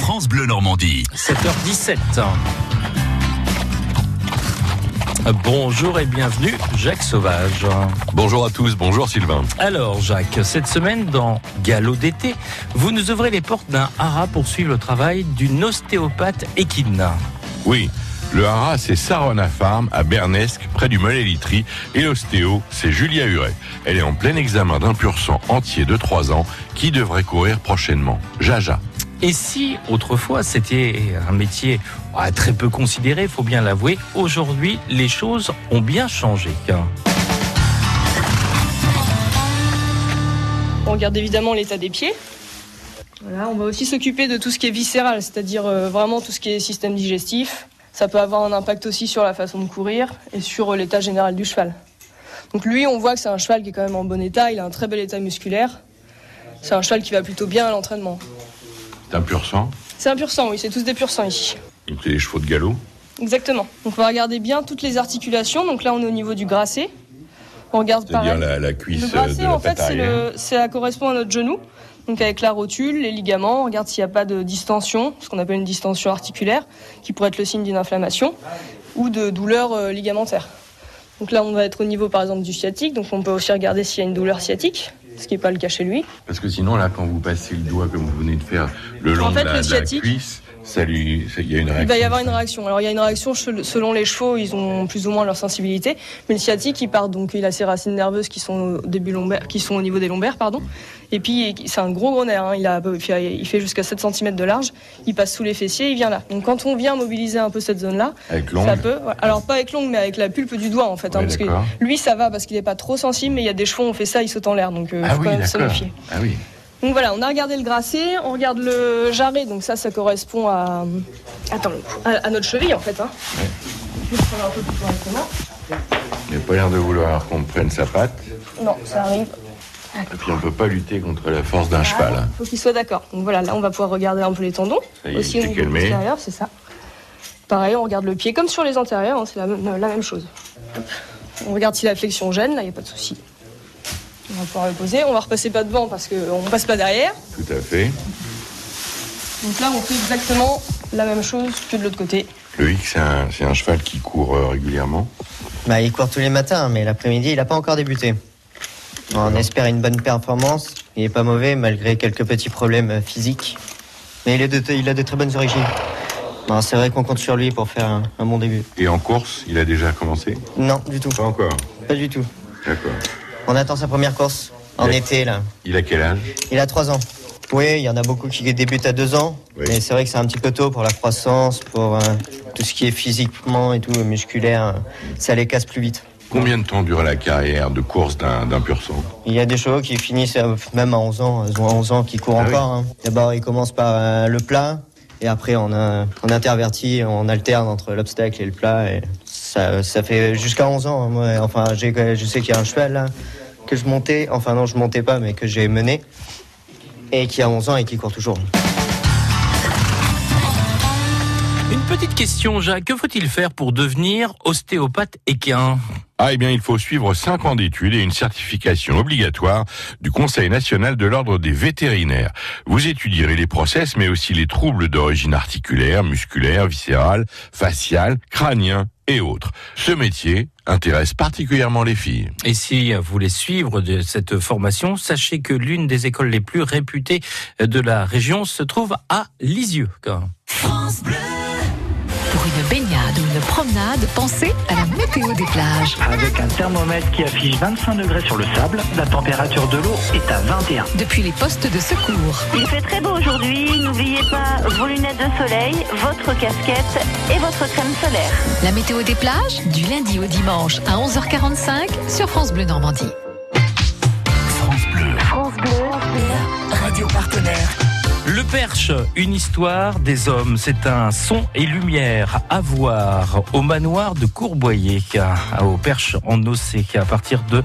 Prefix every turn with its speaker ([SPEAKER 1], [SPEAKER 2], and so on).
[SPEAKER 1] France Bleu Normandie.
[SPEAKER 2] 7h17. Bonjour et bienvenue, Jacques Sauvage.
[SPEAKER 3] Bonjour à tous, bonjour Sylvain.
[SPEAKER 2] Alors Jacques, cette semaine dans Galop d'été, vous nous ouvrez les portes d'un hara pour suivre le travail d'une ostéopathe équine.
[SPEAKER 3] Oui, le hara c'est Sarona Farm à Bernesque, près du Mollet-Litry, et l'ostéo c'est Julia Huret. Elle est en plein examen d'un pur sang entier de 3 ans qui devrait courir prochainement. Jaja.
[SPEAKER 2] Et si autrefois c'était un métier ah, très peu considéré, faut bien l'avouer, aujourd'hui les choses ont bien changé.
[SPEAKER 4] On regarde évidemment l'état des pieds. Voilà, on va aussi s'occuper de tout ce qui est viscéral, c'est-à-dire euh, vraiment tout ce qui est système digestif. Ça peut avoir un impact aussi sur la façon de courir et sur euh, l'état général du cheval. Donc lui, on voit que c'est un cheval qui est quand même en bon état, il a un très bel état musculaire. C'est un cheval qui va plutôt bien à l'entraînement.
[SPEAKER 3] C'est un pur sang
[SPEAKER 4] C'est un pur sang, oui, c'est tous des purs sangs ici.
[SPEAKER 3] Donc c'est les chevaux de galop
[SPEAKER 4] Exactement. Donc on va regarder bien toutes les articulations. Donc là, on est au niveau du grasset. On regarde
[SPEAKER 3] C'est-à-dire
[SPEAKER 4] pareil.
[SPEAKER 3] la, la cuisse
[SPEAKER 4] Le
[SPEAKER 3] euh, de
[SPEAKER 4] brasset,
[SPEAKER 3] la
[SPEAKER 4] en fait,
[SPEAKER 3] patte
[SPEAKER 4] c'est
[SPEAKER 3] arrière.
[SPEAKER 4] le- c'est- ça correspond à notre genou. Donc avec la rotule, les ligaments, on regarde s'il n'y a pas de distension, ce qu'on appelle une distension articulaire, qui pourrait être le signe d'une inflammation ou de douleur euh, ligamentaire. Donc là, on va être au niveau, par exemple, du sciatique. Donc on peut aussi regarder s'il y a une douleur sciatique, ce qui n'est pas le cas chez lui.
[SPEAKER 3] Parce que sinon là, quand vous passez le doigt comme vous venez de faire le long
[SPEAKER 4] En fait,
[SPEAKER 3] de, la,
[SPEAKER 4] le
[SPEAKER 3] de la
[SPEAKER 4] sciatique-
[SPEAKER 3] cuisse, ça lui, ça- il y a une réaction.
[SPEAKER 4] Il va y avoir une réaction. Alors il y a une réaction che- selon les chevaux, ils ont plus ou moins leur sensibilité. Mais le sciatique, il part donc il a ses racines nerveuses qui sont au début lombaire, qui sont au niveau des lombaires, pardon. Et puis c'est un gros gros nerf. hein. Il a, il fait jusqu'à 7 cm de large. Il passe sous les fessiers, il vient là. Donc quand on vient mobiliser un peu cette zone-là,
[SPEAKER 3] Avec
[SPEAKER 4] ça
[SPEAKER 3] l'ongle.
[SPEAKER 4] peut. voilà. Alors pas avec l'ongle, mais avec la pulpe du doigt en fait. hein,
[SPEAKER 3] Ouais,
[SPEAKER 4] parce que
[SPEAKER 3] d'accord.
[SPEAKER 4] lui, ça va parce qu'il n'est pas trop sensible. Mais il y a des chevaux, on fait ça, ils sautent en l'air. Donc euh,
[SPEAKER 3] Ah
[SPEAKER 4] faut
[SPEAKER 3] oui,
[SPEAKER 4] quand même se
[SPEAKER 3] d'accord.
[SPEAKER 4] méfier.
[SPEAKER 3] Ah oui.
[SPEAKER 4] Donc voilà, on a regardé le grasset, on regarde le jarret, donc ça, ça correspond à, attends, à, à notre cheville en fait. Hein. Je vais prendre un peu plus correctement.
[SPEAKER 3] Il n'a pas l'air de vouloir qu'on prenne sa patte.
[SPEAKER 4] Non, ça arrive.
[SPEAKER 3] Et puis on peut pas lutter contre la force d'un cheval. hein.
[SPEAKER 4] Il faut qu'il soit d'accord. Donc voilà, là, on va pouvoir regarder un peu les tendons.
[SPEAKER 3] Ça y est,
[SPEAKER 4] aussi
[SPEAKER 3] il
[SPEAKER 4] au
[SPEAKER 3] s'est
[SPEAKER 4] niveau
[SPEAKER 3] calmé.
[SPEAKER 4] extérieur, c'est ça. Pareil, on regarde le pied comme sur les antérieurs, hein, c'est la, même- la même chose. Hop. On regarde si la flexion gêne, là, il n'y a pas de souci. On va pouvoir le poser. On va repasser pas devant parce qu'on ne passe pas derrière.
[SPEAKER 3] Tout à fait.
[SPEAKER 4] Donc là, on fait exactement la même chose que de l'autre côté.
[SPEAKER 3] Le hic, c'est un, c'est un cheval qui court euh, régulièrement.
[SPEAKER 5] Bah, il court tous les matins, mais l'après-midi, il n'a pas encore débuté. On espère une bonne performance. Il n'est pas mauvais, malgré quelques petits problèmes euh, physiques. Mais il, est de- il a de très bonnes origines. Non, C'est vrai qu'on compte sur lui pour faire un, un bon début.
[SPEAKER 3] Et en course, il a déjà commencé
[SPEAKER 5] Non, du tout.
[SPEAKER 3] Pas encore.
[SPEAKER 5] Pas du tout.
[SPEAKER 3] D'accord.
[SPEAKER 5] On attend sa première course en
[SPEAKER 3] Ouais.
[SPEAKER 5] été, là.
[SPEAKER 3] Il a quel âge
[SPEAKER 5] Il a 3 ans. Oui, il y en a beaucoup qui débutent à 2 ans.
[SPEAKER 3] Oui.
[SPEAKER 5] Mais c'est vrai que c'est un petit peu tôt pour la croissance, pour euh, tout ce qui est physiquement et tout, euh, musculaire. euh, Ça les casse plus vite.
[SPEAKER 3] Combien de temps dure la carrière de course d'un d'un pur sang
[SPEAKER 5] Il y a des chevaux qui finissent euh, même à 11 ans, ils ont 11 ans qui courent
[SPEAKER 3] Ah oui.
[SPEAKER 5] encore. hein. D'abord, ils commencent par euh, le plat et après on, a- on intervertit, on alterne entre l'obstacle et le plat et ça, ça fait jusqu'à 11 ans. hein, moi. Enfin, j'ai- je sais qu'il y a un cheval là que je montais, enfin non, je montais pas mais que j'ai mené et qui a 11 ans et qui court toujours.
[SPEAKER 2] Une petite question, Jacques, que faut-il faire pour devenir ostéopathe équin
[SPEAKER 3] Ah, eh bien, il faut suivre 5 ans d'études et une certification obligatoire du Conseil national de l'ordre des vétérinaires. Vous étudierez les process, mais aussi les troubles d'origine articulaire, musculaire, viscérale, faciale, crânien et autres. Ce métier intéresse particulièrement les filles.
[SPEAKER 2] Et si vous voulez suivre de cette formation, sachez que l'une des écoles les plus réputées de la région se trouve à Lisieux.
[SPEAKER 6] Pour une baignade ou une promenade, pensez à la météo des plages.
[SPEAKER 7] Avec un thermomètre qui affiche 25 degrés sur le sable, la température de l'eau est à 21.
[SPEAKER 6] Depuis les postes de secours,
[SPEAKER 8] Il fait très beau aujourd'hui, n'oubliez pas vos lunettes de soleil, votre casquette et votre crème solaire.
[SPEAKER 6] la météo des plages, du lundi au dimanche à 11h45 sur France Bleu Normandie.
[SPEAKER 1] France Bleu.
[SPEAKER 6] Radio partenaire.
[SPEAKER 2] Le Perche, une histoire des hommes. C'est un son et lumière à voir au manoir de Courboyer, au Perche en Océ, à partir de